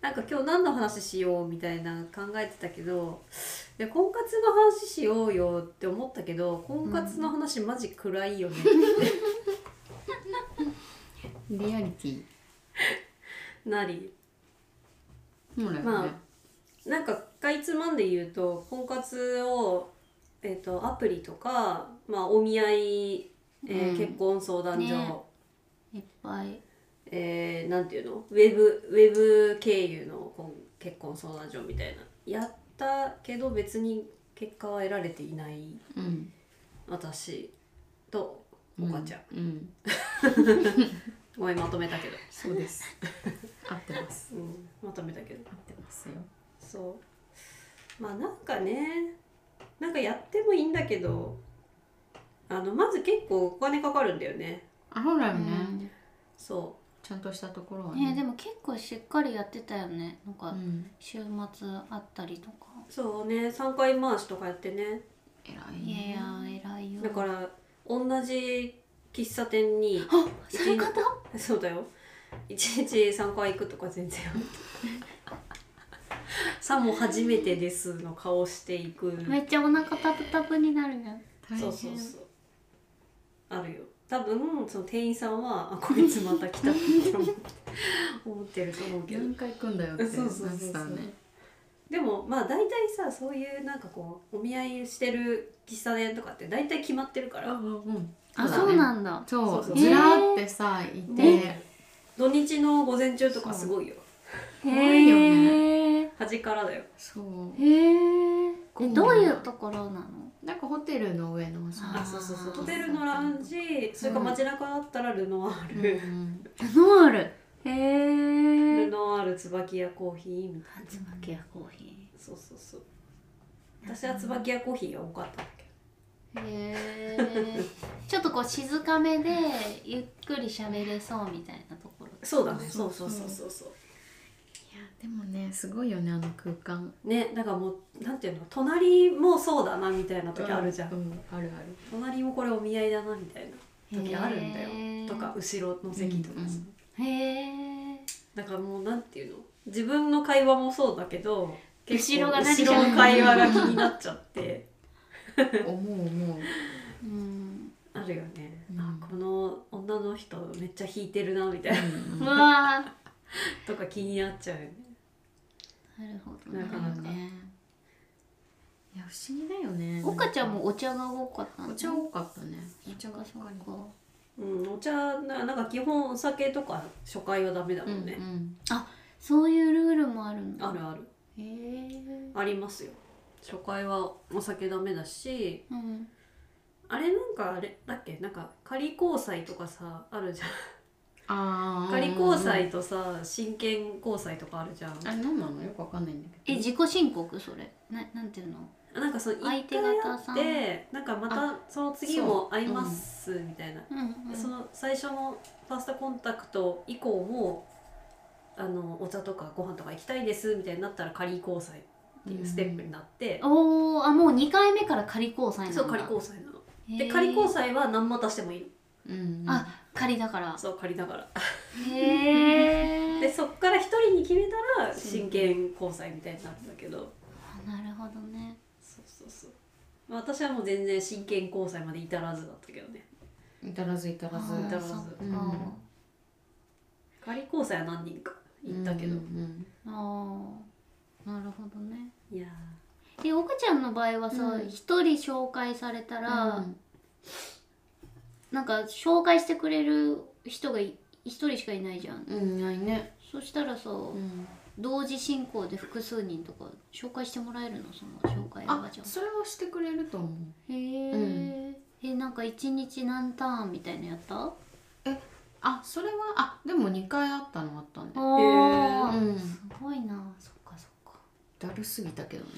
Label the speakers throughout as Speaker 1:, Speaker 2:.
Speaker 1: なんか今日何の話しようみたいな考えてたけどで婚活の話しようよって思ったけど婚活の話マジ暗いよね、
Speaker 2: リアリティ
Speaker 1: なり
Speaker 2: そうだよね、
Speaker 1: まなんかかいつまんで言うと婚活を、えっとアプリとか、まあ、お見合い、えー
Speaker 2: うん
Speaker 1: 結婚相談所、
Speaker 2: ねいっぱい
Speaker 1: えーなんていうのウェブウェブ経由の婚結婚相談所みたいなやったけど別に結果は得られていない
Speaker 2: うん
Speaker 1: 私とおかちゃん、
Speaker 2: うん、うん、
Speaker 1: ごめんまとめたけど、
Speaker 2: そうです 合ってます
Speaker 1: うん、まとめたけど
Speaker 2: 合ってますよ
Speaker 1: そうまあなんかねなんかやってもいいんだけどあのまず結構お金かかるんだよね
Speaker 2: あそうだよね、
Speaker 3: うん
Speaker 1: そ
Speaker 2: ちゃんとしたところは
Speaker 3: ねでも結構しっかりやってたよねなん
Speaker 2: う
Speaker 3: か
Speaker 2: ん
Speaker 3: 週末あったりとか、
Speaker 1: うそうね3回回しとかやってね
Speaker 2: 偉い
Speaker 3: いやい
Speaker 2: ね
Speaker 3: や偉いよ
Speaker 1: だから同じ喫茶店に
Speaker 3: あそういうこと
Speaker 1: そうだよ1日3回行くとか全然あった さも初めてですの顔していく
Speaker 3: めっちゃお腹タプタプになるじゃん
Speaker 2: 大変
Speaker 1: そうそうそうあるよ多分その店員さんはあこいつまた来たって思ってると思うけど
Speaker 2: 何回行くんだよって
Speaker 1: そうそうそうそう
Speaker 2: なってたね
Speaker 1: でもまあ大体さそういうなんかこうお見合いしてる喫茶店とかって大体決まってるか
Speaker 2: あ
Speaker 1: ら
Speaker 2: うん
Speaker 3: あ
Speaker 2: だ
Speaker 3: そう,、
Speaker 2: ね
Speaker 3: なんだ
Speaker 2: そ
Speaker 1: そうそうう
Speaker 2: ずらーってさいて、
Speaker 1: ね土日の午前中とかすごいよ
Speaker 3: へ
Speaker 2: ごいよ
Speaker 3: え
Speaker 1: 端からだよ
Speaker 2: そう
Speaker 3: へえ
Speaker 2: こう
Speaker 3: どういうところなの
Speaker 2: なんかホテルの上のさ
Speaker 3: あ
Speaker 1: あそうそうそうホテルのラウンジそれから街中だったらルノワ
Speaker 2: う
Speaker 1: ール、
Speaker 2: ん
Speaker 3: ノールへ
Speaker 1: ル
Speaker 3: え
Speaker 1: ノワール椿屋コーヒーみたい
Speaker 3: つばきやコーヒ
Speaker 1: なそうそうそう私は椿屋コーヒーが多かったんだけど
Speaker 3: ーへえ ちょっとこう静かめでゆっくり喋れそうみたいなところ
Speaker 1: そうだね
Speaker 2: そ
Speaker 1: そうう
Speaker 2: そ
Speaker 1: そうう
Speaker 2: そ
Speaker 1: そううそうそう
Speaker 2: いやでもねすごいよねあの空間
Speaker 1: ねだからもうなんていうの隣もそうだなみたいな時あるじゃん、
Speaker 2: うあるある
Speaker 1: 隣もこれお見合いだなみたいな時あるんだよ
Speaker 3: へー
Speaker 1: とか後ろの席とかさ、
Speaker 2: うん
Speaker 3: へえ
Speaker 1: だからもうなんていうの自分の会話もそうだけど結構
Speaker 3: 後ろが何
Speaker 1: 後ろの会話が気になっちゃって
Speaker 2: 思う思う
Speaker 3: うん
Speaker 1: あるよね、
Speaker 2: うん
Speaker 1: あこの女の人めっちゃ引いてるなみたいな
Speaker 2: うん
Speaker 3: うわ
Speaker 1: とか気になっちゃうよね
Speaker 3: ーなるほ
Speaker 1: な
Speaker 3: どね
Speaker 1: んかなか
Speaker 2: ねいや不思議だよね
Speaker 3: 岡ちゃんもお茶が多かったんだ
Speaker 2: お茶多かったねお茶
Speaker 3: そっかそっか
Speaker 1: うん、お茶ななんか基本お酒とか初回はダメだもんね、
Speaker 2: ん
Speaker 3: そういうルールもあるんだ
Speaker 1: あるある
Speaker 3: へえ
Speaker 1: ありますよ初回はお酒ダメだし
Speaker 3: うん
Speaker 1: あれなんかあれだっけなんか仮交際とかさあるじゃ
Speaker 2: あ
Speaker 1: ん
Speaker 2: ー
Speaker 1: 仮交際とさ真剣交際とかあるじゃん
Speaker 2: あれ何なのよくわかんないんだけ
Speaker 3: え
Speaker 2: ど
Speaker 3: 自己申告それななんていうの
Speaker 1: なんかその
Speaker 3: 相
Speaker 1: 一
Speaker 3: 手
Speaker 1: 回
Speaker 3: 方
Speaker 1: 会
Speaker 3: さ
Speaker 1: っ
Speaker 3: ん
Speaker 1: てなんかまたその次も会いますみたいな、
Speaker 3: うんうん
Speaker 1: その最初のファーストコンタクト以降もあのお茶とかご飯とか行きたいですみたいになったら仮交際っていうステップになって、
Speaker 3: おーあもう2回目から仮交際なんだ
Speaker 1: そう仮交際なの。
Speaker 3: へー
Speaker 1: で仮交際は何も足してもいいの
Speaker 2: うんうん
Speaker 3: あ仮だから
Speaker 1: そう仮だから。
Speaker 3: へ
Speaker 1: で
Speaker 3: え
Speaker 1: そっから一人に決めたら真剣交際みたいになってたけど。
Speaker 3: なるほどね
Speaker 1: そうそうそう。まあ私はもう全然真剣交際まで至らずだったけどね。
Speaker 2: 至らず至らず
Speaker 3: あー
Speaker 1: 至らず
Speaker 3: そっか
Speaker 2: うん
Speaker 1: 仮交際は何人か行ったけど。
Speaker 2: うん
Speaker 3: あーなるほどね
Speaker 1: いや
Speaker 3: で岡ちゃんの場合はさ
Speaker 2: うん
Speaker 3: 一、人紹介された
Speaker 2: うん
Speaker 3: ら、
Speaker 2: うん
Speaker 3: なんか紹介してくれる人がい一人しかいないじゃん
Speaker 2: うんいないね
Speaker 3: そしたらさ、
Speaker 2: うん
Speaker 3: 同時進行で複数人とか紹介してもらえるのその紹介の
Speaker 2: あ
Speaker 3: 場じゃん
Speaker 2: それはしてくれると思う
Speaker 3: へえ、えなんか一日何ターンみたいなやった
Speaker 2: あそれはあでも二回あったのあったね
Speaker 3: あー
Speaker 2: うん
Speaker 3: すごいなそっかそっか
Speaker 2: だるすぎたけどね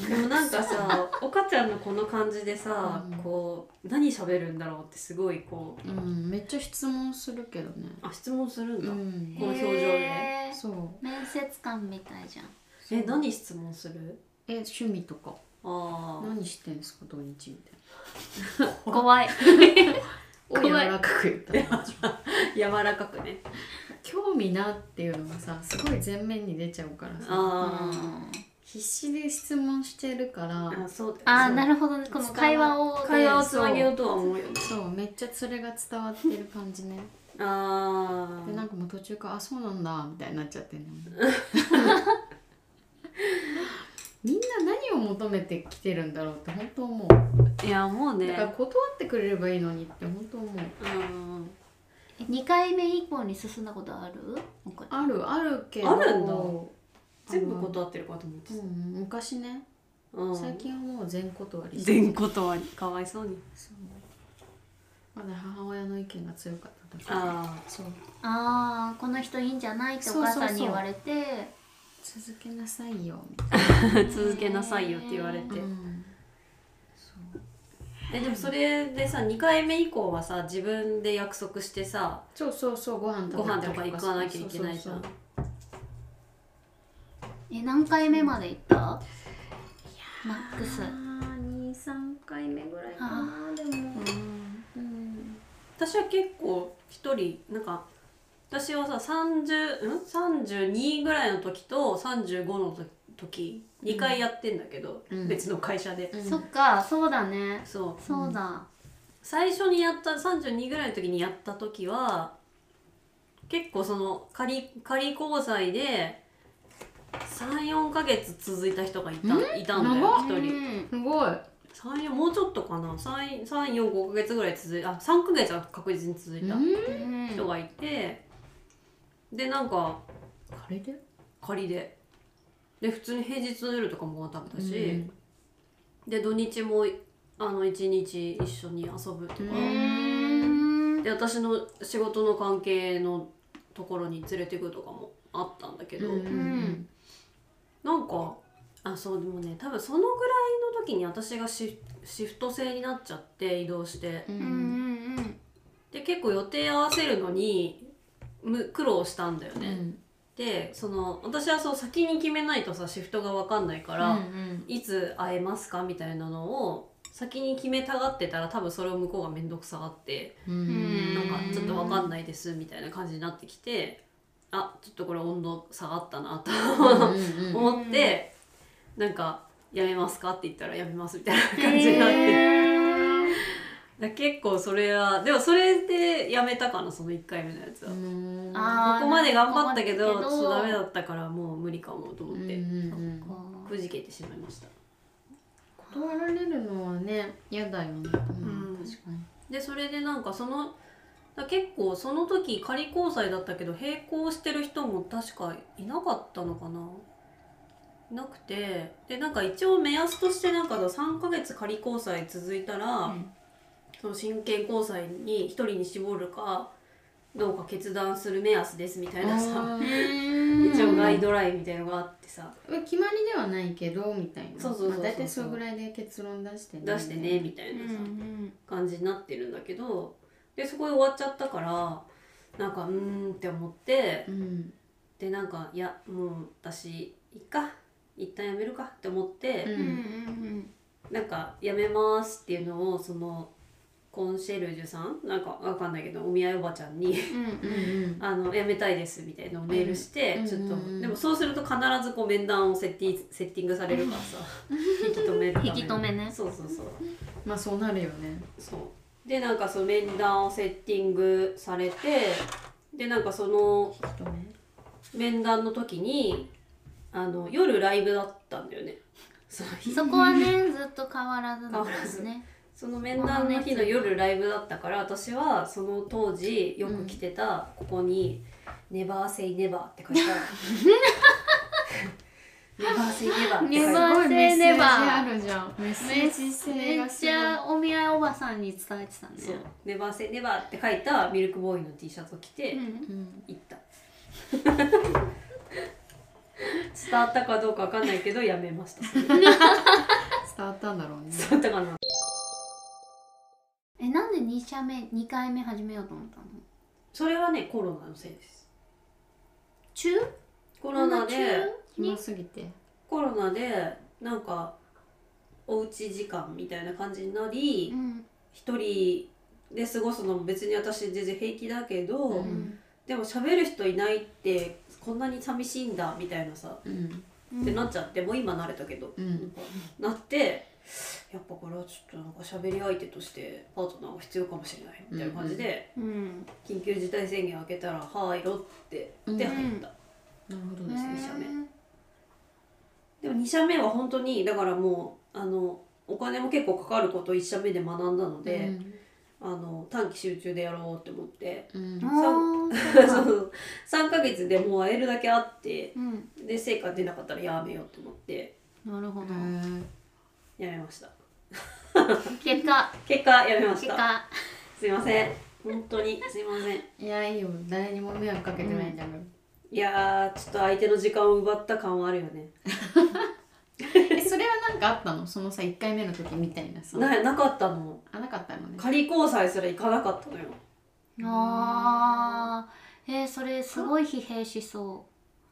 Speaker 1: ーでもなんかさ岡ちゃんのこの感じでさ、
Speaker 2: うん
Speaker 1: こう何喋るんだろうってすごいこう
Speaker 2: うんめっちゃ質問するけどね
Speaker 1: あ質問するんだ。
Speaker 2: うん
Speaker 1: この表情で
Speaker 3: へー
Speaker 2: そう
Speaker 3: 面接官みたいじゃん
Speaker 1: え何質問する？
Speaker 2: え趣味とか
Speaker 1: ああ。
Speaker 2: 何してんすか土日みたい
Speaker 3: 怖い
Speaker 2: なを柔らかく言ったら
Speaker 1: 柔らかくね。
Speaker 2: 今興味なっていうのがさすごい前面に出ちゃうからさ
Speaker 1: あ
Speaker 2: 必死で質問してるか
Speaker 1: ー
Speaker 2: ら
Speaker 1: あそうだ
Speaker 3: あー
Speaker 1: そう
Speaker 3: なるほどねこの会話を
Speaker 1: 会話をつ
Speaker 2: そう
Speaker 1: なげようとは思うよね
Speaker 2: そうめっちゃそれが伝わってる感じね
Speaker 1: あ
Speaker 2: で
Speaker 1: ー
Speaker 2: なんかもう途中から「あそうなんだ」みたいになっちゃってんの みんな何を求めてきてるんだろうって本当思う
Speaker 1: いやもうね
Speaker 2: だから断ってくれればいいのにって本当思う
Speaker 1: うん
Speaker 3: 2回目以降に進んだことある
Speaker 2: あるあるけど
Speaker 1: あるんだ全部
Speaker 2: っ
Speaker 1: 断ってるかと思って
Speaker 2: うん昔ね、
Speaker 1: た、うん、
Speaker 2: 最近はもう全断りして
Speaker 1: 全断りかわいそうに
Speaker 2: そうまだ母親の意見が強かっただけ
Speaker 1: あ
Speaker 2: そう
Speaker 3: あーこの人いいんじゃないってお母さんに言われて
Speaker 2: 続けなさいよみ
Speaker 1: あ続けなさいよって言われ
Speaker 2: た
Speaker 1: て
Speaker 2: いな、うんそう
Speaker 1: えでもそれでさ2回目以降はさ自分で約束してさ
Speaker 2: そうそうそうご飯
Speaker 1: ご
Speaker 2: 食べ
Speaker 1: 飯
Speaker 2: たり
Speaker 1: とか行かなきゃいけないじゃ
Speaker 2: そ
Speaker 1: ん
Speaker 2: うそう
Speaker 3: え何回目まで行ったマックス
Speaker 2: そうあー23回目ぐらいかなでもうん
Speaker 1: 私は結構一人なんか私はさ30ん32ぐらいの時と35の時2回やってんだけど、
Speaker 2: うん
Speaker 1: 別の会社で、
Speaker 2: うん
Speaker 3: そっかそうだね
Speaker 1: そう
Speaker 3: そうだ
Speaker 1: 最初にやった32ぐらいの時にやった時は結構その仮仮交際で34ヶ月続いた人がいたいたんだよ
Speaker 2: 長っ
Speaker 1: 一人。
Speaker 3: 人
Speaker 2: すごい
Speaker 1: 三四もうちょっとかな三三四五ヶ月ぐらい続いあ三ヶ月は確実に続いた
Speaker 3: うん
Speaker 1: 人がいて、でなんか
Speaker 2: れで
Speaker 1: 仮でで普通に平日の夜とかも食べたし、
Speaker 2: うん
Speaker 1: で土日もあの一日一緒に遊ぶとか、
Speaker 2: う
Speaker 3: うーん
Speaker 1: で私の仕事の関係のところに連れてくとかもあったんだけど、
Speaker 2: うん
Speaker 1: なんかあそうでもね多分そのぐらいの時に私がシシフト制になっちゃって移動して。
Speaker 2: う
Speaker 3: うんんうん
Speaker 1: で結構予定合わせるのにむ苦労したんだよ
Speaker 2: う
Speaker 1: ね、
Speaker 2: ん
Speaker 1: でその私はそう先に決めないとさシフトが分かんないから、いつ会えますかみたいなのを先に決めたがってたら多分それを向こうが面倒くさがって、
Speaker 2: うん
Speaker 1: なんかちょっと分かん
Speaker 2: な
Speaker 1: な
Speaker 2: い
Speaker 1: いですみたいな感じになってきてあちょっとこれ温度下がったなと
Speaker 2: うん
Speaker 1: 思って、なんか「やめますか?」って言ったら「やめます」みたいな感じになって、だから結構それはでもそれでやめたかなその1回目のやつは。
Speaker 2: うん
Speaker 3: あ
Speaker 1: ここまで頑張ったけど
Speaker 3: ここまで
Speaker 1: ちょっとダメだったからもう無理かもと思って、
Speaker 2: うん
Speaker 3: そっか
Speaker 1: くじけてしまいました
Speaker 2: 断られるのはね嫌だよねうん
Speaker 1: うん
Speaker 2: 確かに
Speaker 1: でそれでなんかそのだ結構その時仮交際だったけど並行してる人も確かいなかったのかないなくてでなんか一応目安としてなんか3ヶ月仮交際続いたら、
Speaker 2: ん
Speaker 1: その真剣交際に一人に絞るかどうか決断する目安ですみたいなさ
Speaker 2: あー
Speaker 1: 一応ガイドラインみたいなのがあってさ
Speaker 2: 決まりではないけどみたいな
Speaker 1: そうそうそうそう
Speaker 2: まあ大体それぐらいで結論出して
Speaker 1: 出してねみたいなさ、感じになってるんだけどでそこで終わっちゃったからなんかうーんって思って
Speaker 2: うん
Speaker 1: でなんかいやもう私いっか一旦やめるかって思って、
Speaker 3: うんうん
Speaker 1: なんかやめますっていうのをそのコンシェルジュさんなんかわかんないけどお見合いおばちゃんに
Speaker 3: うん
Speaker 2: う
Speaker 3: うん
Speaker 2: ん
Speaker 1: あのやめたいですみたいなのをメールして、
Speaker 2: うん
Speaker 1: ちょっと、
Speaker 2: うんうんうん
Speaker 1: でもそうすると必ずこう面談をセッティセッティングされるから さ引き止めるため
Speaker 3: 引
Speaker 1: の
Speaker 3: き止めね
Speaker 1: そうそうそう
Speaker 2: まあそうなるよね
Speaker 1: そうでなんかその面談をセッティングされてでなんかその
Speaker 2: 人ね
Speaker 1: 面談の時にあの夜ライブだったんだよね その日
Speaker 3: そこはねずっと変わらずなんですね
Speaker 1: その面談の日の夜ライブだったから私はその当時よく着てたここに「ネバーセイネバー」って書いてある。ネ バーセイネバーって書いて
Speaker 3: ネ
Speaker 1: あ
Speaker 3: バ
Speaker 1: る
Speaker 3: ー
Speaker 2: すごいメッセージあ
Speaker 3: め
Speaker 2: るじゃんメッセ
Speaker 3: め
Speaker 2: ージ性
Speaker 3: め
Speaker 2: が
Speaker 3: っ
Speaker 2: す
Speaker 3: ち
Speaker 2: ごい
Speaker 3: ゃお見合いおばさんに伝えてたね
Speaker 1: そう「ネバーセイネバー」って書いたミルクボーイの T シャツを着て、
Speaker 3: うん
Speaker 2: うん
Speaker 1: 行った伝わったかどうかわかんないけどやめましたそれ伝
Speaker 2: 伝わったんだろうね
Speaker 1: わったかな
Speaker 3: えなんで2社目2回目始めようと思ったの
Speaker 1: それはねコロナのせいです
Speaker 3: 中
Speaker 1: コ
Speaker 3: コ
Speaker 1: ロナで
Speaker 2: 暇すぎて
Speaker 1: コロナでなんかおうち時間みたいな感じになり
Speaker 3: うん
Speaker 1: 一人で過ごすのも別に私全然平気だけど、
Speaker 2: うん
Speaker 1: でも喋る人いないってこんなに寂しいんだみたいなさ
Speaker 2: うん
Speaker 1: ってなっちゃってもう今慣れたけど、
Speaker 2: うん
Speaker 1: なんかなってやっぱこれはちょっとなんか喋り相手としてパートナーが必要かもしれないみたいな感じで、
Speaker 3: うん
Speaker 1: 緊急事態宣言開けたら「はーいろ」って
Speaker 2: うん
Speaker 1: で入った、
Speaker 2: なるほど
Speaker 3: うん
Speaker 2: ですね
Speaker 1: 社名でも2社目は本当にだからもうあのお金も結構かかることを1社目で学んだので、あの短期集中でやろうって思って、
Speaker 2: うん
Speaker 3: あーそう
Speaker 1: そ
Speaker 3: な
Speaker 1: う3
Speaker 3: んだ
Speaker 1: ヶ月でもう会えるだけ会って
Speaker 3: うん
Speaker 1: で成果出なかったらやめようと思って
Speaker 3: なるほど
Speaker 2: うん
Speaker 1: やめました
Speaker 3: 結果
Speaker 1: 結果やめまし
Speaker 3: 結
Speaker 1: た
Speaker 3: 果
Speaker 1: すいません本当にすいません
Speaker 2: いやいいよ誰にも迷惑かけてないんだから、
Speaker 1: いやーちょっと相手の時間を奪った感はあるよね
Speaker 2: えそれはなんかあったのそのさ1回目の時みたいなさ
Speaker 1: ななかったの
Speaker 2: あなかったのね
Speaker 1: 仮交際すら行かなかったのよ
Speaker 3: あーえー、それすごい疲弊しそ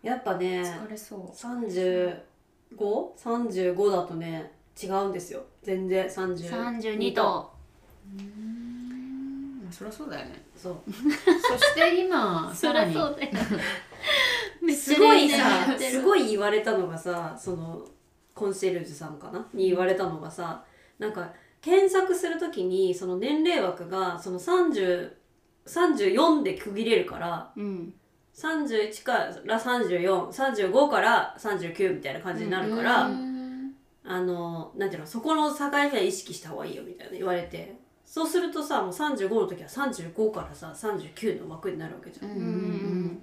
Speaker 1: やっぱね
Speaker 2: 疲れそ
Speaker 1: 35?35 だとね違うんですよ全然
Speaker 3: う
Speaker 1: 30
Speaker 3: 32と
Speaker 2: ううーんまあそりゃそうだよね
Speaker 1: そう
Speaker 2: そして今さらに
Speaker 3: そりゃそうだよめっちゃ
Speaker 1: すごい
Speaker 3: 練
Speaker 1: さ
Speaker 3: 習してる
Speaker 1: すごい言われたのがさそのコンシェルジュさんかなに言われたのがさなんか検索するときにその年齢枠がその30 34で区切れるから
Speaker 3: うん
Speaker 1: 31から3435から39みたいな感じになるから、
Speaker 2: うーん
Speaker 1: あのなんていうのそこの境目は意識した方がいいよみたいな言われてそうするとさもう35の時は35からさ39の枠になるわけじゃ、
Speaker 2: うんん
Speaker 3: うんうん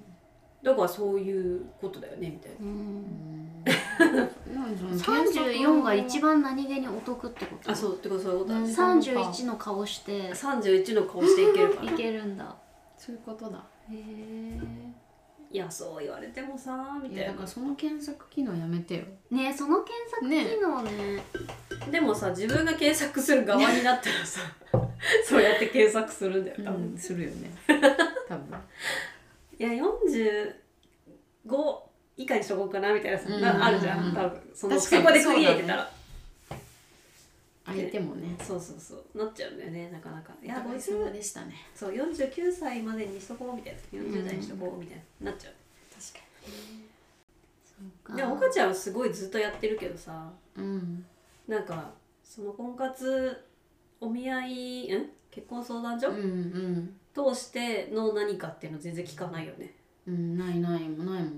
Speaker 1: だからそういうことだよねみたいな。
Speaker 3: うん
Speaker 2: うん
Speaker 3: 34が一番何気にお得ってこと
Speaker 1: あそうってことそういうことだ
Speaker 2: うん
Speaker 3: 31の顔して
Speaker 1: 31の顔していけるか
Speaker 3: い
Speaker 1: ら
Speaker 3: けるんだ
Speaker 2: そういうことだ
Speaker 3: へえ
Speaker 1: いやそう言われてもさみ
Speaker 2: い
Speaker 1: た
Speaker 2: やだ
Speaker 1: い
Speaker 2: からその検索機能やめてよ
Speaker 3: ねその検索機能ね
Speaker 1: なでもさ自分が検索する側になったら さそうやって検索するんだよ多分、い
Speaker 2: するよね多分
Speaker 1: や45以下にしとこうかなみたいなさ、
Speaker 2: うん
Speaker 1: なあるじゃん多分その
Speaker 2: 確か
Speaker 1: そ
Speaker 2: に
Speaker 1: こで区切れてたら
Speaker 2: 相手もね
Speaker 1: そう,、そうそうなっちゃうんだよねなかなかい
Speaker 2: いや
Speaker 1: や
Speaker 2: ごちそう
Speaker 1: 50
Speaker 2: でしたね
Speaker 1: そう49歳までにしとこうみたいな40代にしとこうみたいな、なっちゃ
Speaker 2: 確か
Speaker 1: うでも岡ちゃんはすごいずっとやってるけどさ
Speaker 2: にうん
Speaker 1: なんかその婚活お見合いん結婚相談所、
Speaker 2: うんうん
Speaker 1: 通しての何かっていうの全然聞かないよね
Speaker 2: うんないないもうないも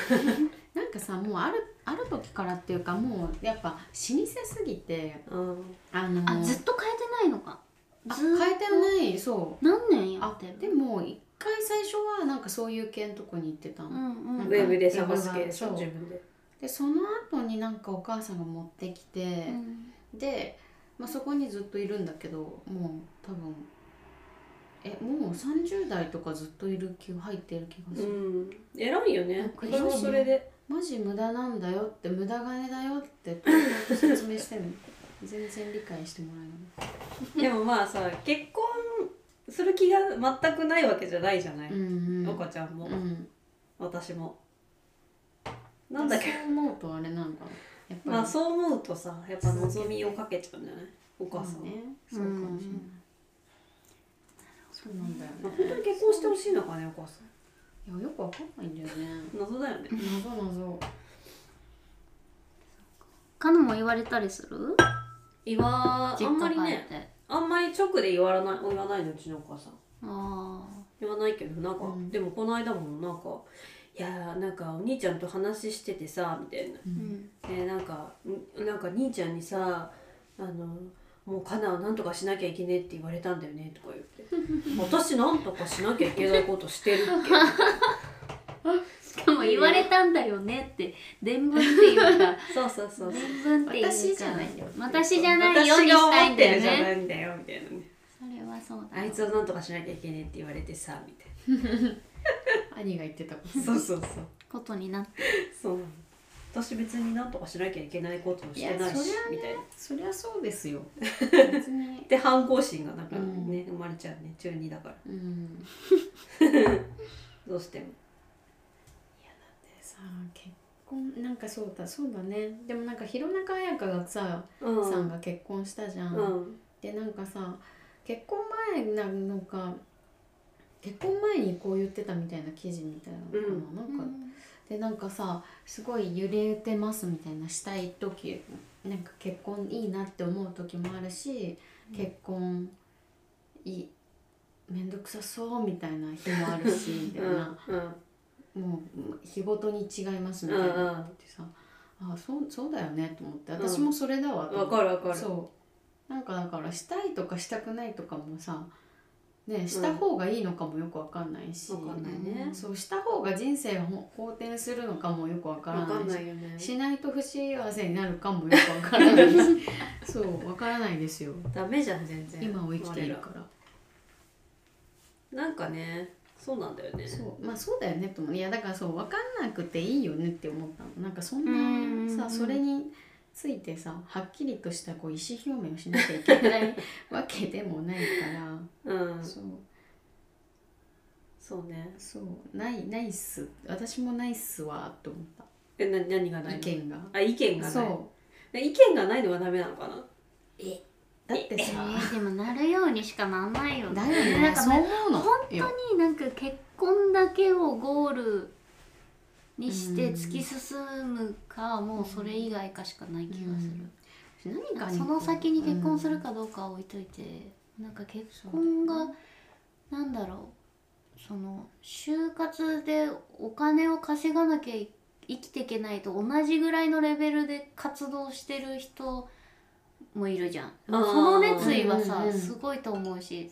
Speaker 2: ん なんかさもうあるある時からっていうかもうやっぱ老舗すぎて
Speaker 1: うん
Speaker 2: あの
Speaker 3: あずっと変えてないのか
Speaker 2: あ
Speaker 3: ずっと
Speaker 2: 変えてはないそ
Speaker 3: 何年
Speaker 2: う
Speaker 3: や
Speaker 2: あ
Speaker 3: ってる
Speaker 2: でも一回最初はなんかそういう系のとこに行ってたの、
Speaker 3: うんう
Speaker 1: ウ
Speaker 3: ん
Speaker 2: なん
Speaker 1: ェ
Speaker 2: か
Speaker 1: ブで探す系でし
Speaker 2: そ
Speaker 1: ょ
Speaker 2: う
Speaker 1: 自分で
Speaker 2: でその後になんかお母さんが持ってきて、
Speaker 3: うん
Speaker 2: で、まあ、そこにずっといるんだけどもう多分えもう30代とかずっといる気入っている気がす
Speaker 1: う
Speaker 2: る、
Speaker 1: ん偉いよね
Speaker 2: こ
Speaker 1: そ
Speaker 2: れ
Speaker 1: れもそれで
Speaker 2: マジ無駄なんだよって無駄金だよって淡々と説明してるの 全然理解してもら
Speaker 1: でもまあさ結婚する気が全くないわけじゃないじゃな
Speaker 2: え
Speaker 1: い
Speaker 2: ない、うん
Speaker 1: 岡ちゃんも
Speaker 2: うん、
Speaker 1: 私もなんだっけ
Speaker 2: そう思うとあれなんかやっぱり
Speaker 1: まあそう思うとさやっぱ望みをかけちゃうんじゃないお母さんは
Speaker 2: ね
Speaker 3: う
Speaker 2: そ
Speaker 3: ん
Speaker 2: うかもしれない、そうなんだよ
Speaker 1: まあ
Speaker 2: ね
Speaker 1: 本当に結婚してほしいのかねお母さん
Speaker 2: いやよくわかんないんだよね
Speaker 1: 謎だよね
Speaker 2: 謎謎
Speaker 3: カノも言われたりする
Speaker 1: いわあんまり
Speaker 3: 実家帰
Speaker 1: ね
Speaker 3: って
Speaker 1: あんまり直で言わない言わないのうちのお母さん
Speaker 3: あ
Speaker 1: 言わないけどなんか、
Speaker 2: うん
Speaker 1: でもこの間もなんか「いやーなんかお兄ちゃんと話しててさ」みたいな
Speaker 2: う
Speaker 3: ーうんん
Speaker 1: 「えーなんかんなんか兄ちゃんにさあのもうカナはなんとかしなきゃいけねえって言われたんだよね」とか言って 「私なんとかしなきゃいけないことして るっけ?」
Speaker 3: しかも言われたんだよねって伝聞っていうか
Speaker 1: そうそう そうそう
Speaker 3: 伝聞っていうか
Speaker 2: 私じゃないよ
Speaker 3: 私じゃないようにしたいんだよ
Speaker 1: 私が思ってるじゃな
Speaker 3: ね
Speaker 1: いんだよみたいなね
Speaker 3: それはそうだ
Speaker 1: あいつはなんとかしなきゃいけねえって言われてさみたい
Speaker 2: 兄が言ってたこと
Speaker 1: なそうそうそう
Speaker 3: ことになって
Speaker 1: そうなの私別になんとかしなきゃいけないことをしてない
Speaker 2: いやそ
Speaker 1: し
Speaker 2: りゃね
Speaker 1: みたいな
Speaker 2: そりゃそうですよ別に
Speaker 1: で反抗心がなんか
Speaker 2: うん
Speaker 1: ね、生まれちゃうね中二だから
Speaker 2: うんで
Speaker 1: どうしても
Speaker 2: さ結婚なんかそうだそうだねでもなんか弘中綾香がさ、
Speaker 1: う
Speaker 2: さんが結婚したじゃん、
Speaker 1: うん
Speaker 2: でなんかさ結婚前なのか結婚前にこう言ってたみたいな記事みたいなのかな,、なんかでなんかさすごい揺れてますみたいなしたい時なんか結婚いいなって思う時もあるし、
Speaker 1: うん
Speaker 2: 結婚いめんどくさそうみたいな日もあるしみたいな、もう日ごとに違いますみたいな
Speaker 1: うんうん
Speaker 2: ってさ、あそうそうだよねと思って
Speaker 1: ん
Speaker 2: 私もそれだわと思
Speaker 1: わ
Speaker 2: って
Speaker 1: かるわかる
Speaker 2: そうなんかだからしたいとかしたくないとかもさねした方がいいのかもよくわかんないし、
Speaker 1: わかんないね
Speaker 2: そうした方が人生を好転するのかもよくわから
Speaker 1: わか
Speaker 2: ない
Speaker 1: ん
Speaker 2: し
Speaker 1: ないよね
Speaker 2: しないと不幸せになるかもよくわか らないしそうわからないですよ
Speaker 1: ダメじゃん全然
Speaker 2: 今を生きているから
Speaker 1: なんかねそうなんだよね
Speaker 2: そうまあそうだよねともいやだからそうわかんなくていいよねって思ったのなんかそ
Speaker 3: うん
Speaker 2: ん
Speaker 3: うんう
Speaker 2: なんさそれについてさはっきりとしたこう意思表明をしなきゃいけないわけでもないから。
Speaker 1: うん
Speaker 2: そう
Speaker 1: そうね
Speaker 2: そうないないっす私もないっすわと思っ
Speaker 1: えな何が
Speaker 2: た
Speaker 1: ない
Speaker 2: 意
Speaker 1: の
Speaker 2: 見が
Speaker 1: あ意見がない
Speaker 2: そ
Speaker 1: で意見がないのがダメなのかな
Speaker 2: うだって
Speaker 3: え
Speaker 2: さ
Speaker 3: ー、でもなるようにしかなんないよ
Speaker 2: だよね
Speaker 3: なんか
Speaker 2: そう思うの
Speaker 3: 本
Speaker 2: 当に
Speaker 3: 当になんか結婚だけをゴールにして突き進むか、もうそれ以外かしかない気がする、
Speaker 2: 何
Speaker 3: なん
Speaker 2: か
Speaker 3: か
Speaker 2: に
Speaker 3: その先に結婚するかどうかは置いといて、なんか結婚
Speaker 2: そうだよ
Speaker 3: がなんだろうその就活でお金を稼がなきゃい生きていけないと同じぐらいのレベルで活動してる人もいるじゃんそ
Speaker 1: あー
Speaker 3: の熱意はさ
Speaker 2: うんうんうん
Speaker 3: すごいと思うし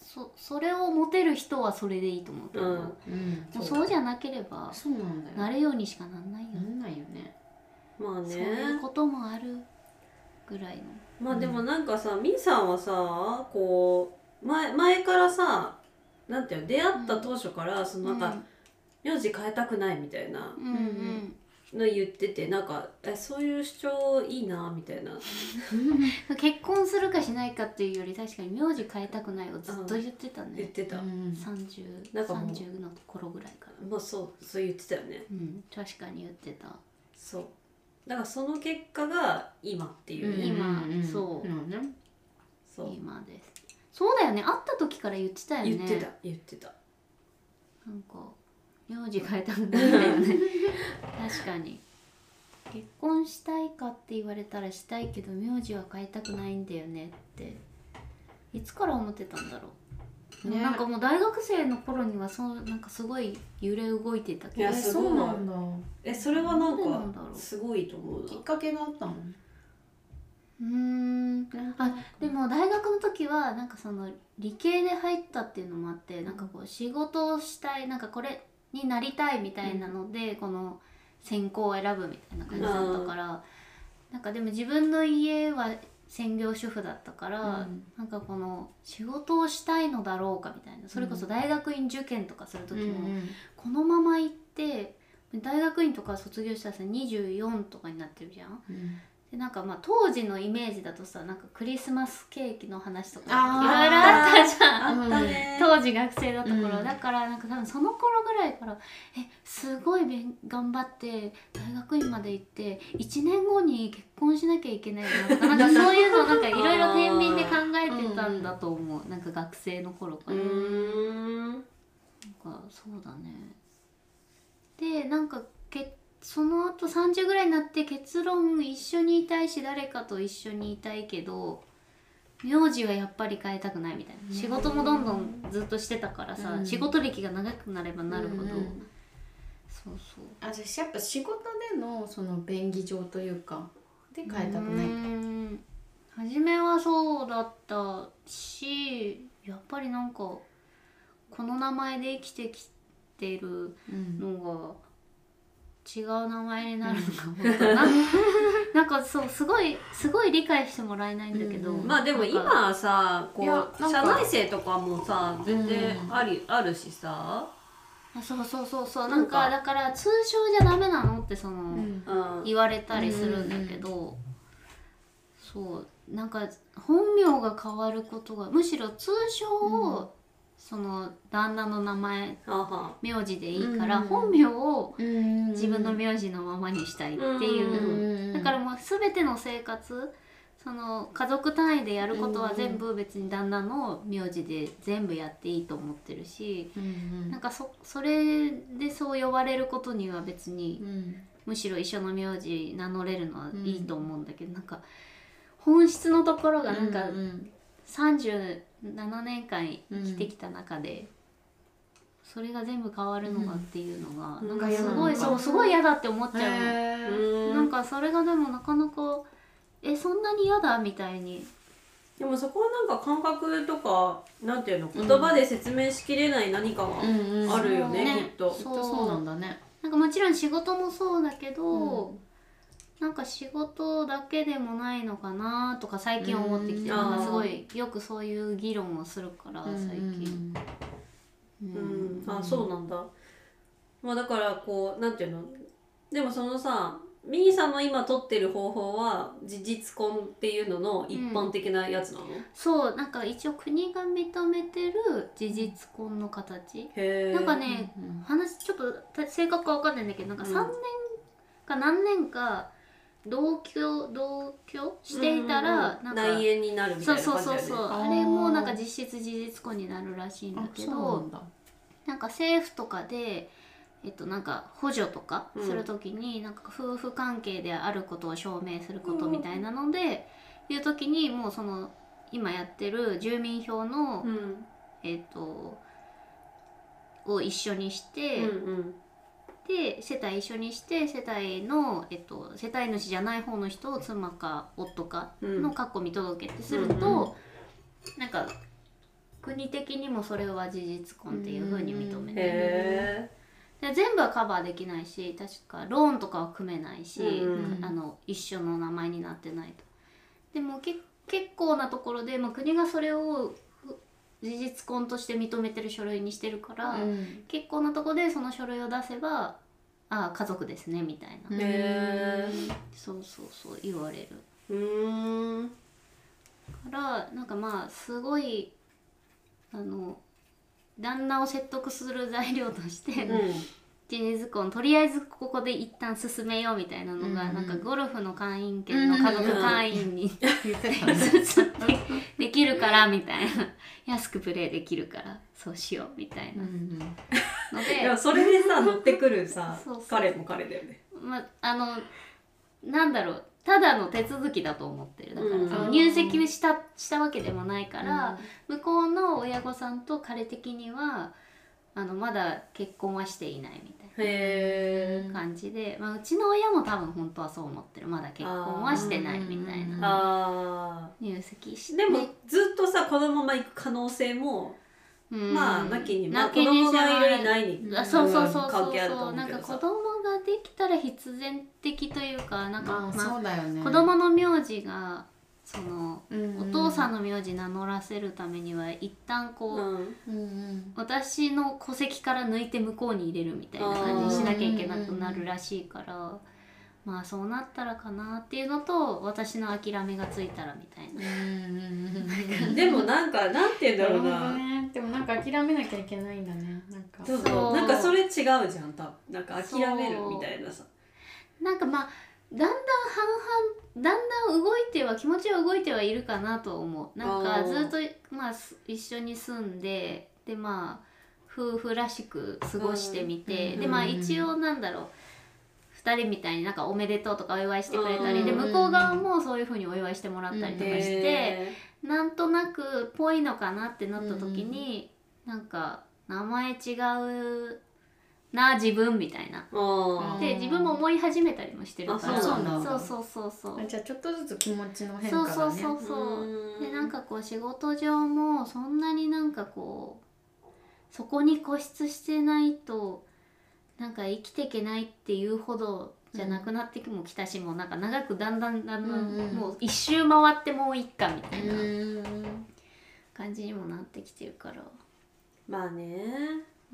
Speaker 3: そそれを持てる人はそれでいいと思うけど、
Speaker 1: うん
Speaker 3: も
Speaker 2: うん
Speaker 3: う
Speaker 2: そ
Speaker 3: そううじゃなければ
Speaker 2: そうなんだよ
Speaker 3: なれようにしかなんないよ
Speaker 2: な
Speaker 3: ね、
Speaker 2: んないよ ね
Speaker 1: まあね
Speaker 3: そういうこともあるぐらいの。
Speaker 1: まあでもなんかさみーさんはさこう前前からさなんていうの出会った当初から、そのなんか、名字変えたくないみたいな
Speaker 3: うんうんうん
Speaker 1: の言っててなんかえそういう主張いいなみたいな
Speaker 3: 結婚するかしないかっていうより確かに名字変えたくないをずっと言ってた
Speaker 1: 言っ
Speaker 3: ね、
Speaker 1: てた、
Speaker 2: うん
Speaker 3: 3030
Speaker 1: なんかもう
Speaker 3: のところぐらいから
Speaker 1: まあそうそう言ってたよね
Speaker 3: うん確かに言ってた
Speaker 1: そうだからその結果が今っていうね、
Speaker 3: 今
Speaker 2: んん
Speaker 3: そう
Speaker 2: うんね
Speaker 1: そう
Speaker 3: 今ですそうだよね会った時から言ってたよね
Speaker 1: 言ってた言ってた
Speaker 3: なんか名字変えたくないんだよね 確かに結婚したいかって言われたらしたいけど名字は変えたくないんだよねっていつから思ってたんだろう、
Speaker 2: ね
Speaker 3: なんかもう大学生の頃にはそうなんかすごい揺れ動いてたけ
Speaker 1: い
Speaker 3: ど
Speaker 1: や
Speaker 2: え
Speaker 1: すご
Speaker 2: そ
Speaker 1: いう
Speaker 2: なんだ
Speaker 1: えそれはなん
Speaker 3: なんでなんだ
Speaker 1: か
Speaker 3: ろう
Speaker 1: すごいと思うな
Speaker 2: きっかけがあったの
Speaker 3: うーんあでも大学の時はなんかその理系で入ったっていうのもあってなんかこう仕事をしたいなんかこれになりたいみたいなので、この専攻を選ぶみたいな感じだったから、なんかでも自分の家は専業主婦だったから、
Speaker 2: うん
Speaker 3: なんかこの仕事をしたいのだろうかみたいなそれこそ大学院受験とかする時も、このまま行って大学院とか卒業したらさ24とかになってるじゃん。
Speaker 2: うん
Speaker 3: でなんかまあ当時のイメージだとさなんかクリスマスケーキの話とかい
Speaker 2: あー
Speaker 3: ろいろあったじゃん
Speaker 1: あったね、
Speaker 3: 当時学生だった頃、
Speaker 2: うん
Speaker 3: だからなんか多分その頃ぐらいからえすごい勉頑張って大学院まで行って1年後に結婚しなきゃいけないなとかなんかそういうのなんかいろいろ天秤で考えてたんだと思う、なんか学生の頃か
Speaker 1: うー
Speaker 3: ら。
Speaker 1: ん
Speaker 3: なんかそうだねでなんかけその後30ぐらいになって結論一緒にいたいし誰かと一緒にいたいけど名字はやっぱり変えたくないみたいな仕事もどんどんずっとしてたからさ、
Speaker 2: うん
Speaker 3: 仕事歴が長くなればなるほど、
Speaker 2: うんうん
Speaker 3: そうそう
Speaker 2: あじゃあやっぱ仕事でのその便宜上というかで変えたくな
Speaker 3: う
Speaker 2: い
Speaker 3: ーん初めはそうだったしやっぱりなんかこの名前で生きてきてる
Speaker 2: うん
Speaker 3: のが違う名前になるのか本当な なんかそうすごいすごい理解してもらえないんだけど、
Speaker 2: うんうん
Speaker 1: まあでも
Speaker 3: なんか
Speaker 1: 今さこ
Speaker 2: いや
Speaker 1: う
Speaker 2: なん
Speaker 1: 社
Speaker 2: か
Speaker 1: 内生とかもさ全然
Speaker 2: うん
Speaker 1: あり、あるしさ、
Speaker 3: あそうそうそうそうな
Speaker 1: なん
Speaker 3: ん
Speaker 1: か
Speaker 3: かだから通称じゃダメなのってその、
Speaker 2: うん
Speaker 1: うん、
Speaker 3: 言われたりするんだけど、そうなんか本名が変わることがむしろ通称を、その旦那の名前
Speaker 1: はは
Speaker 3: 名字でいいから、
Speaker 2: うんうん
Speaker 3: 本名を
Speaker 2: 自
Speaker 3: 自分の名字のままにしたいっていう。
Speaker 1: うん
Speaker 3: だからもう全ての生活その家族単位でやることは全部別に旦那の名字で全部やっていいと思ってるし、
Speaker 2: うんうん
Speaker 3: なんかそそれでそう呼ばれることには別に
Speaker 2: うん
Speaker 3: むしろ一緒の名字名乗れるのはいいと思うんだけど、なんか本質のところがなんか
Speaker 2: うん
Speaker 3: 37年間生きてきた中で、それが全部変わるのかっていうのが、
Speaker 1: うん
Speaker 3: なんかすご
Speaker 1: う
Speaker 3: い、
Speaker 1: ん
Speaker 3: そうすごい嫌だって思っち
Speaker 2: うん
Speaker 3: ゃうの。
Speaker 2: へー
Speaker 1: うん
Speaker 3: なんかそれがでもなかなかえそんなに嫌だみたいに
Speaker 1: でもそこはなんか感覚とかなんていうの言葉で説明しきれない何かが
Speaker 2: うんうん
Speaker 1: あるよね,、
Speaker 3: ね
Speaker 1: きっと
Speaker 2: きっとそうなんだね
Speaker 3: なんかもちろん仕事もそうだけど、
Speaker 2: うん
Speaker 3: なんか仕事だけでもないのかなとか最近思ってきて
Speaker 1: うん
Speaker 3: なんかすごいよくそういう議論をするから最近。うん
Speaker 1: うん、あそうなんだ、まあ、だからこうなんていうのでもそのさミーさんの今取ってる方法は事実婚っていうのの一般的なやつなの、へ
Speaker 3: そうなんか一応国が認めてる事実婚の形
Speaker 1: え
Speaker 3: なんか
Speaker 2: う
Speaker 3: ね、
Speaker 2: んうん
Speaker 3: 話ちょっとた正確は分かんないんだけどなんか
Speaker 1: うん
Speaker 3: 3年か何年か同居同居していたらなんか
Speaker 1: 内縁になるみた
Speaker 3: そ
Speaker 1: いうな感
Speaker 3: そう
Speaker 1: じだ
Speaker 3: そ
Speaker 1: よ
Speaker 3: う
Speaker 1: ね
Speaker 3: そう
Speaker 2: あー
Speaker 3: あれもなんか実質事実婚になるらしいんだ
Speaker 2: あ
Speaker 3: け
Speaker 2: そうな
Speaker 3: ど
Speaker 2: んだ
Speaker 3: なんか政府とかでえっとなんか補助とか
Speaker 1: うん
Speaker 3: する時になんか夫婦関係であることを証明することみたいなのでいう時にもうその今やってる住民票の
Speaker 1: うん
Speaker 3: えっとを一緒にし
Speaker 1: う
Speaker 3: て、
Speaker 1: んうん
Speaker 3: で世帯一緒にして世帯の、えっと、世帯主じゃない方の人を妻か夫か
Speaker 1: うん
Speaker 3: の括弧見届けってすると、
Speaker 1: うん
Speaker 3: なんか国的にもそれは事実婚っていうふうに認めてる、
Speaker 1: へ
Speaker 3: で全部はカバーできないし確かローンとかは組めないし、
Speaker 1: うん
Speaker 3: あの一緒の名前になってないと。でもけ結構なところで、まあ、国がそれをふ事実婚として認めてる書類にしてるから。
Speaker 2: うん
Speaker 3: 結構なとこでその書類を出せばあ家族ですねみたいな、
Speaker 1: へえ
Speaker 3: そうそうそう言われ
Speaker 1: う
Speaker 3: る
Speaker 1: ーん
Speaker 3: からなんかまあすごいあの旦那を説得する材料として、ジニーズ婚とりあえずここで一旦進めようみたいなのが、
Speaker 2: うんうん
Speaker 3: なんかゴルフの会員権の家族会員に、
Speaker 2: 言ってたね
Speaker 3: 移ってできるからみたいな安くプレーできるからそうしようみたい
Speaker 2: うん
Speaker 3: な
Speaker 2: うん
Speaker 3: の
Speaker 1: い
Speaker 3: で
Speaker 1: やそれでさ乗ってくるさ
Speaker 3: そうそう
Speaker 1: 彼も彼だよね
Speaker 3: まあのなんだろうただの手続きだと思ってるだから、
Speaker 1: うん
Speaker 3: その入籍したしたわけでもないから、向こうの親御さんと彼的にはあのまだ結婚はしていないみたい
Speaker 1: へ
Speaker 3: な感じで、まあ、うちの親も多分本当はそう思ってるまだ結婚はしてないみたい
Speaker 1: え
Speaker 2: うん
Speaker 3: な
Speaker 1: あ
Speaker 3: 入籍し
Speaker 1: ー
Speaker 3: て
Speaker 1: でもずっとさこのまま行く可能性も
Speaker 3: うん
Speaker 1: まあなきにまあ
Speaker 3: な
Speaker 1: 子
Speaker 3: きに
Speaker 1: 供
Speaker 3: し
Speaker 1: が
Speaker 3: ゃあ
Speaker 1: いるいないに
Speaker 3: あそうそうそうそ
Speaker 1: 関
Speaker 3: う
Speaker 1: 係あると
Speaker 3: そ
Speaker 1: 思
Speaker 3: う
Speaker 1: う
Speaker 3: なん
Speaker 1: け
Speaker 3: か
Speaker 1: ど
Speaker 3: 子
Speaker 1: さ
Speaker 3: 供ができたら必然的というかなんか
Speaker 2: あー
Speaker 3: まあ
Speaker 2: そうだよね
Speaker 3: 子供の名字がそのお
Speaker 2: お
Speaker 3: 父さん
Speaker 2: の
Speaker 3: の名字名乗らせるためには一旦こう、
Speaker 1: うん
Speaker 2: うん
Speaker 3: 私の戸籍から抜いて向こうに入れるみたいな感じにしなきゃいけなくなるらしいから、まあそうなったらかなっていうのと私の諦めがついたらみたいな。
Speaker 2: うん
Speaker 1: でもなんかなんて言うんだろう
Speaker 2: なるほど
Speaker 1: な
Speaker 2: ねでもなんか諦めなきゃいけないんだねなんか
Speaker 1: そう
Speaker 3: そ
Speaker 1: そう
Speaker 3: う
Speaker 1: なんかそれ違うじゃん多分なんか諦めるみたいなさ
Speaker 3: なんかまあだんだん半々だんだん動いては気持ちは動いてはいるかなと思うなん
Speaker 1: あ
Speaker 3: かず
Speaker 1: ー
Speaker 3: っとまあす一緒に住んででまあ夫婦らしく過ごしてみて、
Speaker 2: うん
Speaker 3: でまあ
Speaker 2: うん
Speaker 3: 一応なんだろう2人みたいになんかおめでとうとかお祝いしてくれたり、で
Speaker 1: うん
Speaker 3: 向こう側もそういうふうにお祝いしてもらったりとかして、
Speaker 1: へ
Speaker 3: なんとなくぽいのかなってなった時に、なんか名前違うな自分みたいな
Speaker 1: ーあ
Speaker 3: で
Speaker 2: うん
Speaker 3: 自分も思い始めたりもしてるから
Speaker 1: あそう
Speaker 2: なんだ
Speaker 3: そうそうそうそう
Speaker 2: あじゃあちょっとずつ気持ちの変化
Speaker 3: そうそ
Speaker 2: が
Speaker 3: う
Speaker 2: ね
Speaker 3: そう
Speaker 1: ー
Speaker 3: そう
Speaker 1: う
Speaker 3: でなんかこう仕事上もそんなになんかこうそこに固執してないとなんか生きていけないっていうほどじゃなくなってきもきたし、もうなんか長くだんだんだんだん、
Speaker 2: うんうん
Speaker 3: もう一周回ってもういっかみたいな
Speaker 2: うん
Speaker 3: 感じにもなってきてるから、
Speaker 1: まあね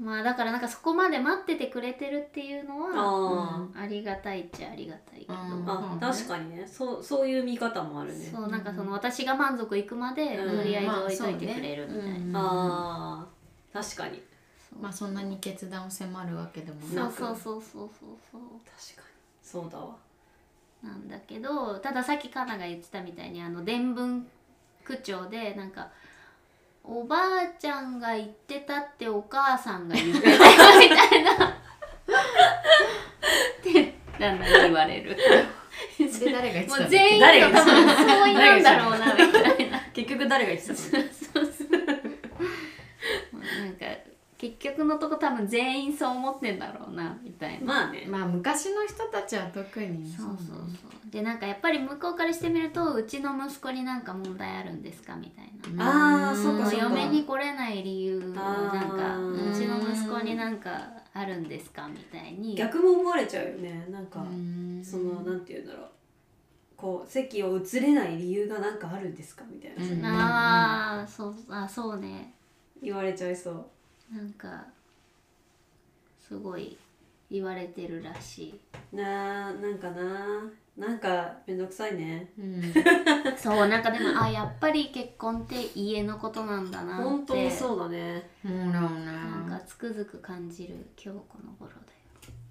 Speaker 3: まあだからなんかそこまで待っててくれてるっていうのは
Speaker 1: あ
Speaker 3: ありがたいっちゃありがたいけど。
Speaker 2: うん
Speaker 1: ーあ確かにねそうそういう見方もあるね
Speaker 3: そうなんかそ
Speaker 2: うん
Speaker 3: の私が満足いくまで
Speaker 1: うん
Speaker 3: とりあえず
Speaker 2: まあ
Speaker 3: 置いといて
Speaker 2: そうね
Speaker 3: くれるみたい
Speaker 2: うん
Speaker 1: あ
Speaker 3: な。
Speaker 1: ー確かに
Speaker 3: そう
Speaker 2: まあそんなに決断を迫るわけでも
Speaker 3: そ
Speaker 2: な
Speaker 3: う
Speaker 2: く
Speaker 3: そうそうそうそうそう。
Speaker 1: 確かにそうだわ
Speaker 3: なんだけどたださっきカナが言ってたみたいにあの伝聞区長でなんかおばあちゃんが言ってたってお母さんが言ってたよみたいなって旦那に言われる
Speaker 2: で誰が言って
Speaker 3: も
Speaker 2: たの
Speaker 3: う全員が多分そうなんだろうなみたいな
Speaker 1: 結局誰が言ってたの
Speaker 3: もうなんか結局のとこ多分全員そう思ってんだろうなみた いな。
Speaker 1: まあね、
Speaker 2: まあ昔の人たちは特に
Speaker 3: そうそう
Speaker 2: ね
Speaker 3: そうでなんかやっぱり向こうからしてみるとうちの息子になんか問題あるんですかみたい
Speaker 2: う
Speaker 3: な。
Speaker 2: ん
Speaker 1: あーそうか
Speaker 3: もう
Speaker 1: そうか
Speaker 3: 嫁に来れない理由をなん
Speaker 1: あ
Speaker 3: か
Speaker 1: ー
Speaker 3: うちの息子になんかあるんですかみたいに
Speaker 1: 逆も思われちゃうよねなんか、
Speaker 2: うん
Speaker 1: そのなんて言うんだろうこう席を移れない理由がなんかあるんですかみたいな、
Speaker 2: うん
Speaker 3: ああそうあそうね
Speaker 1: 言われちゃいそう
Speaker 3: なんかすごい言われてるらしい
Speaker 1: なあなんかななんかめんどくさいね
Speaker 2: うん
Speaker 3: そうなんかでもあやっぱり結婚って家のことなんだなって
Speaker 1: 本当にそうだね
Speaker 2: もうだよね
Speaker 3: なんかつくづく感じる今日この頃だよ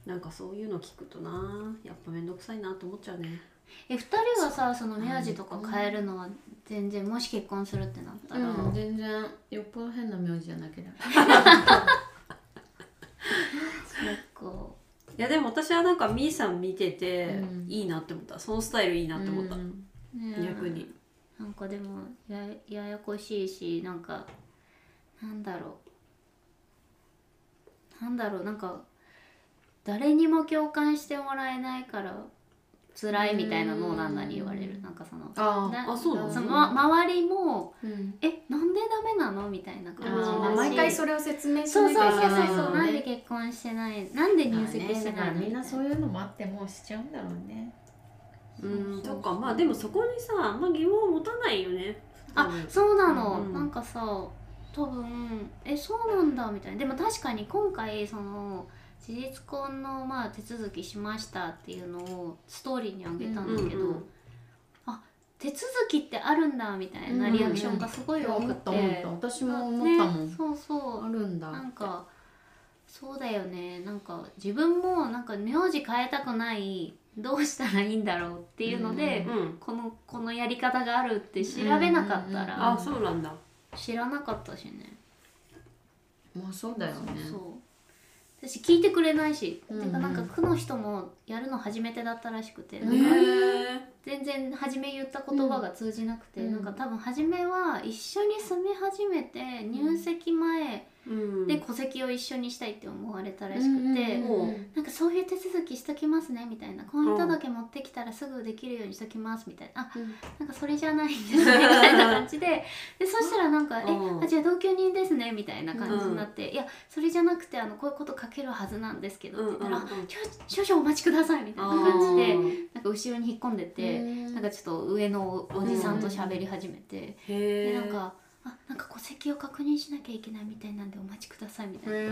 Speaker 1: なんかそういうの聞くとなやっぱめんどくさいなと思っちゃうね
Speaker 3: え二人はさその名字とか変えるのは全然もし結婚するってなったら、
Speaker 2: うん全然よっぽど変な名字じゃなければ
Speaker 3: こ
Speaker 1: いやでも私はなんかみーさん見てて、
Speaker 2: うん
Speaker 1: いいなって思ったそのスタイルいいなって思った、
Speaker 2: うん
Speaker 3: う、ねえ
Speaker 1: 逆に
Speaker 3: なんかでもやややこしいしなんかなんだろうなんだろうなんか誰にも共感してもらえないから辛いみたいなのを旦那に言われるなんかその
Speaker 2: ああ
Speaker 3: な
Speaker 1: あそうなの
Speaker 3: そのま周りも
Speaker 2: うん
Speaker 3: 「えなんでダメなの?」みたいな
Speaker 2: あ
Speaker 3: 感じだし
Speaker 2: ーまあ毎回それを説明し
Speaker 3: そう
Speaker 2: な
Speaker 3: そう
Speaker 2: きゃ
Speaker 3: そう
Speaker 2: い
Speaker 3: そ
Speaker 2: けない
Speaker 3: うそう
Speaker 2: も
Speaker 3: なん
Speaker 2: ね
Speaker 3: んで結婚してないなんで入籍して
Speaker 2: まあねだから
Speaker 3: ないの
Speaker 2: みんなそう
Speaker 3: う
Speaker 2: いうのもあってもうしちゃうんだろうね
Speaker 1: うんそっかまあでもそこにさあんま疑問を持たないよね
Speaker 3: あそうなの、
Speaker 1: うん
Speaker 3: なんかさ多分えそうなんだみたいなでも確かに今回その事実婚のまあ手続きしましたっていうのをストーリーにあげたんだけど、
Speaker 1: うんうん
Speaker 3: 手続きってあるんだみたいな
Speaker 2: うん
Speaker 3: リアクションがすごい多
Speaker 2: 思
Speaker 3: く
Speaker 2: った
Speaker 3: て、
Speaker 2: 思った私も思ったもん、
Speaker 3: ねそうそう
Speaker 2: あるんだ
Speaker 3: なんかそうだよねなんか自分もなんか名字変えたくないどうしたらいいんだろうっていうので、
Speaker 2: うん
Speaker 1: うん
Speaker 3: このこのやり方があるって調べなかったら、
Speaker 1: あそうなんだ
Speaker 3: 知らなかったしね
Speaker 2: まあそうだよね
Speaker 3: そう私聞いてくれないし、
Speaker 2: うん
Speaker 3: てかなんか区の人もやるの初めてだったらしくて、
Speaker 1: へ
Speaker 2: う
Speaker 3: なんか
Speaker 1: え
Speaker 3: 全然初め言った言葉が通じなくて、
Speaker 2: うん
Speaker 3: なんか多分初めは一緒に住み始めて入籍前
Speaker 1: うん
Speaker 3: で戸籍を一緒にしたいって思われたらしくて。
Speaker 2: うんうんうん
Speaker 3: なんかそういう手続きしときますねみたいな婚姻届持ってきたらすぐできるようにしときますみたいなあ
Speaker 2: うん
Speaker 3: なんかそれじゃないんですねみたいな感じででそしたらなんか「え
Speaker 1: うん
Speaker 3: あじゃあ同居人ですね」みたいな感じになって「いやそれじゃなくてあのこういうこと書けるはずなんですけど」って言ったら
Speaker 1: うんうんうん
Speaker 3: あちょ「少々お待ちください」みたいな感じでなんか後ろに引っ込んでて、
Speaker 2: うん
Speaker 3: なんかちょっと上のおじさんと喋り始めて、
Speaker 1: あーへ
Speaker 3: で
Speaker 1: え
Speaker 3: なんか「あなんか戸籍を確認しなきゃいけないみたいなんでお待ちください」みたいな。
Speaker 1: へ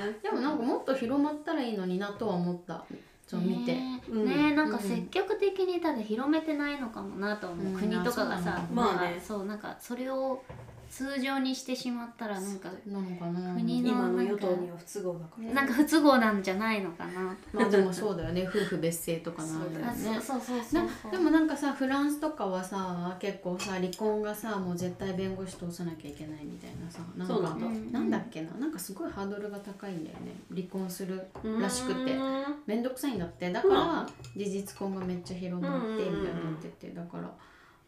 Speaker 1: え
Speaker 2: でもなんかもっと広まったらいいのになとは思ったちょっと見て、
Speaker 3: ね,、
Speaker 1: うん
Speaker 3: ねなんか
Speaker 2: うん
Speaker 3: 積極的にただ広めてないのかもなと思う、
Speaker 2: うん
Speaker 3: 国とかがさ
Speaker 1: そうな
Speaker 2: あ
Speaker 1: んだまあね
Speaker 3: なんかそうなんかそれを通常にしてしまったらなんか
Speaker 2: なのかな
Speaker 3: 国の
Speaker 1: 今の与党には不都合だから
Speaker 3: なんか不都合なんじゃないのかな
Speaker 2: まあでもそうだよね夫婦別姓とかなるよ
Speaker 3: あそう
Speaker 2: ね
Speaker 3: そうそうそう
Speaker 2: なでもなんかさフランスとかはさ結構さ離婚がさもう絶対弁護士通さなきゃいけないみたいなさなんか
Speaker 1: そうなんだ
Speaker 3: うん
Speaker 2: なんだっけななんかすごいハードルが高いんだよね離婚する
Speaker 1: うん
Speaker 2: らしくて
Speaker 1: うん
Speaker 2: 面倒くさいんだってだから事実婚がめっちゃ広まってみたいになっててだから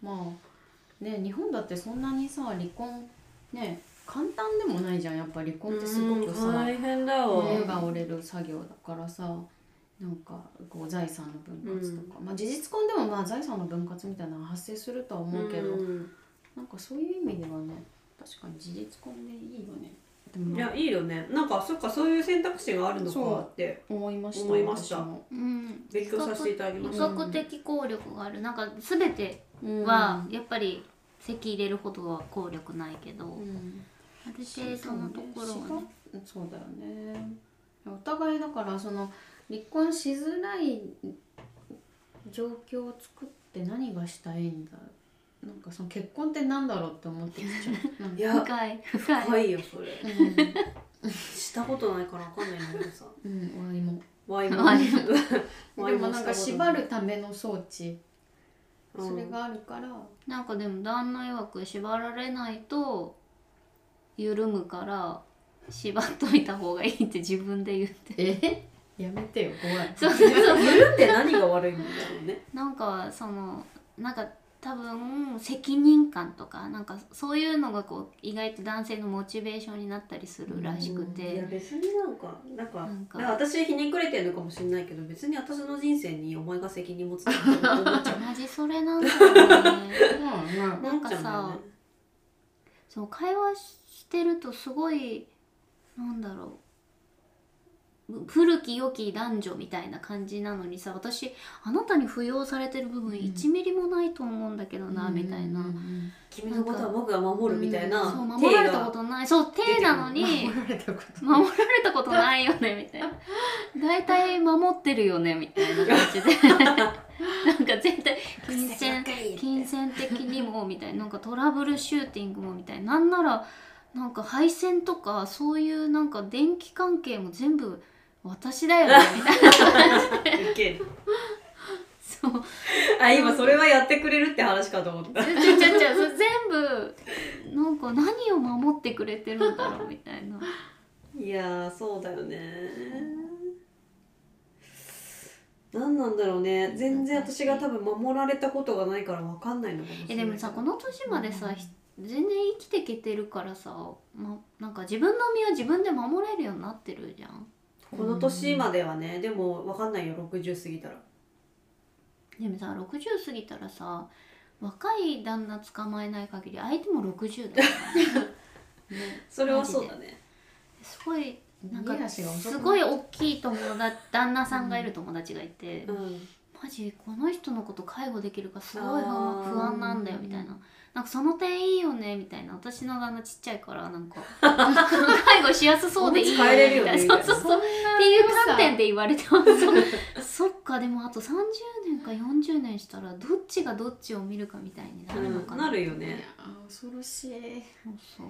Speaker 2: まあね日本だってそんなにさ離婚ね簡単でもないじゃんやっぱ離婚ってすごくさ、
Speaker 1: 大変だよ
Speaker 2: 骨が折れる作業だからさなんかこう財産の分割とか、まあ事実婚でもまあ財産の分割みたいなのは発生するとは思うけど、
Speaker 1: ん
Speaker 2: なんかそういう意味ではね確かに事実婚でいいよねでも
Speaker 1: いやいいよねなんかそっかそういう選択肢があるの
Speaker 2: そう
Speaker 1: かって
Speaker 2: 思いました
Speaker 1: 思いました
Speaker 2: 私も
Speaker 3: うん
Speaker 1: 勉強させていただき
Speaker 3: 比
Speaker 1: ました
Speaker 2: うん
Speaker 3: 較的効力があるなんか全て
Speaker 2: うん
Speaker 3: はやっぱり籍入れるほどは効力ないけど、
Speaker 2: うん
Speaker 3: ある程度のところはね
Speaker 2: そうだよねお互いだからその離婚しづらい状況を作って何がしたいんだろうなんかそ の結婚ってなんだろうって思ってきちゃうなんか
Speaker 1: いや
Speaker 3: 深い深い
Speaker 1: 深いよそれ
Speaker 2: うん
Speaker 1: したことないからわかんないんだけどさ
Speaker 2: うんワイも
Speaker 1: ワイ
Speaker 2: ワイ
Speaker 1: も
Speaker 2: でもなんか縛
Speaker 1: ワ
Speaker 2: る
Speaker 1: イ
Speaker 2: ための装置
Speaker 1: もしたことない
Speaker 2: それがあるから、
Speaker 3: なんかでも旦那曰く縛られないと緩むから縛っといた方がいいって自分で言って
Speaker 2: えやめてよ怖い
Speaker 3: そう
Speaker 1: うん緩んで何が悪いんだろうね
Speaker 3: なんかそのなんか多分責任感とかなんかそういうのがこう意外と男性のモチベーションになったりするらしく
Speaker 1: いや
Speaker 3: て
Speaker 1: 別になんかなんか
Speaker 3: なんか
Speaker 1: いや私ひねくれてるのかもしれないけど別に私の人生にお前が責任持つなんて思っちゃ
Speaker 3: 同じそれなんだろうね
Speaker 2: うんうん
Speaker 1: う
Speaker 3: なん
Speaker 1: 思っ
Speaker 3: かさ
Speaker 1: ちゃうんだよね
Speaker 3: そう会話してるとすごいなんだろう古き良き男女みたいな感じなのにさ私あなたに扶養されてる部分
Speaker 2: うん
Speaker 3: 1ミリもないと思うんだけどな、みたいな。
Speaker 1: 君のことは僕が守るみたいな
Speaker 3: そう守
Speaker 1: 手
Speaker 3: られたこ
Speaker 1: が
Speaker 3: とないそう手なのに
Speaker 2: 守られたこと
Speaker 3: 守られたことないよねみたいな大体守ってるよねみたいな感じで なんか絶対金銭金銭的にもみたいななんかトラブルシューティングもみたいななんならなんか配線とかそういうなんか電気関係も全部私だよねみたいな
Speaker 1: いける
Speaker 3: そう
Speaker 1: あ今それはやってくれるって話かと思った
Speaker 3: ちょちょちょちょそう全部なんか何を守ってくれてるんだろうみたいない
Speaker 1: やーそうだよね何なんだろうね全然私が多分守られたことがないから分かんないのかもしれ
Speaker 3: え
Speaker 1: な
Speaker 3: で
Speaker 1: い
Speaker 3: もさこの年までさ、ひ全然生きてきてるからさ、ま、なんか自分の身は自分で守れるようになってるじゃん
Speaker 1: この年まではねでも分かんないよ60過ぎたら
Speaker 3: でもさ60過ぎたらさ若い旦那捕まえない限り相手も60だよ
Speaker 1: それはそうだね
Speaker 3: すごいなんか
Speaker 2: 逃げ足が遅くな
Speaker 3: す
Speaker 2: る
Speaker 3: ごい大きい友達旦那さんがいる友達がいて、
Speaker 1: うん
Speaker 3: マジこの人のこと介護できるかすごい
Speaker 1: あ
Speaker 3: 不
Speaker 1: ー
Speaker 3: 安不安なんだよみたいななんかその点いいよねみたいな私の旦那ちっちゃいからなんか介護しやすそうでいい
Speaker 1: お
Speaker 3: よ
Speaker 1: むつ替えれる
Speaker 3: ね
Speaker 1: よねみ
Speaker 3: みたいな
Speaker 1: たい
Speaker 3: そう
Speaker 1: な
Speaker 3: そうそうっていう観点で言われてますそっかでもあと30年か40年したらどっちがどっちを見るかみたいになるのか
Speaker 1: なるよね
Speaker 2: いやー恐ろしい
Speaker 3: そうそう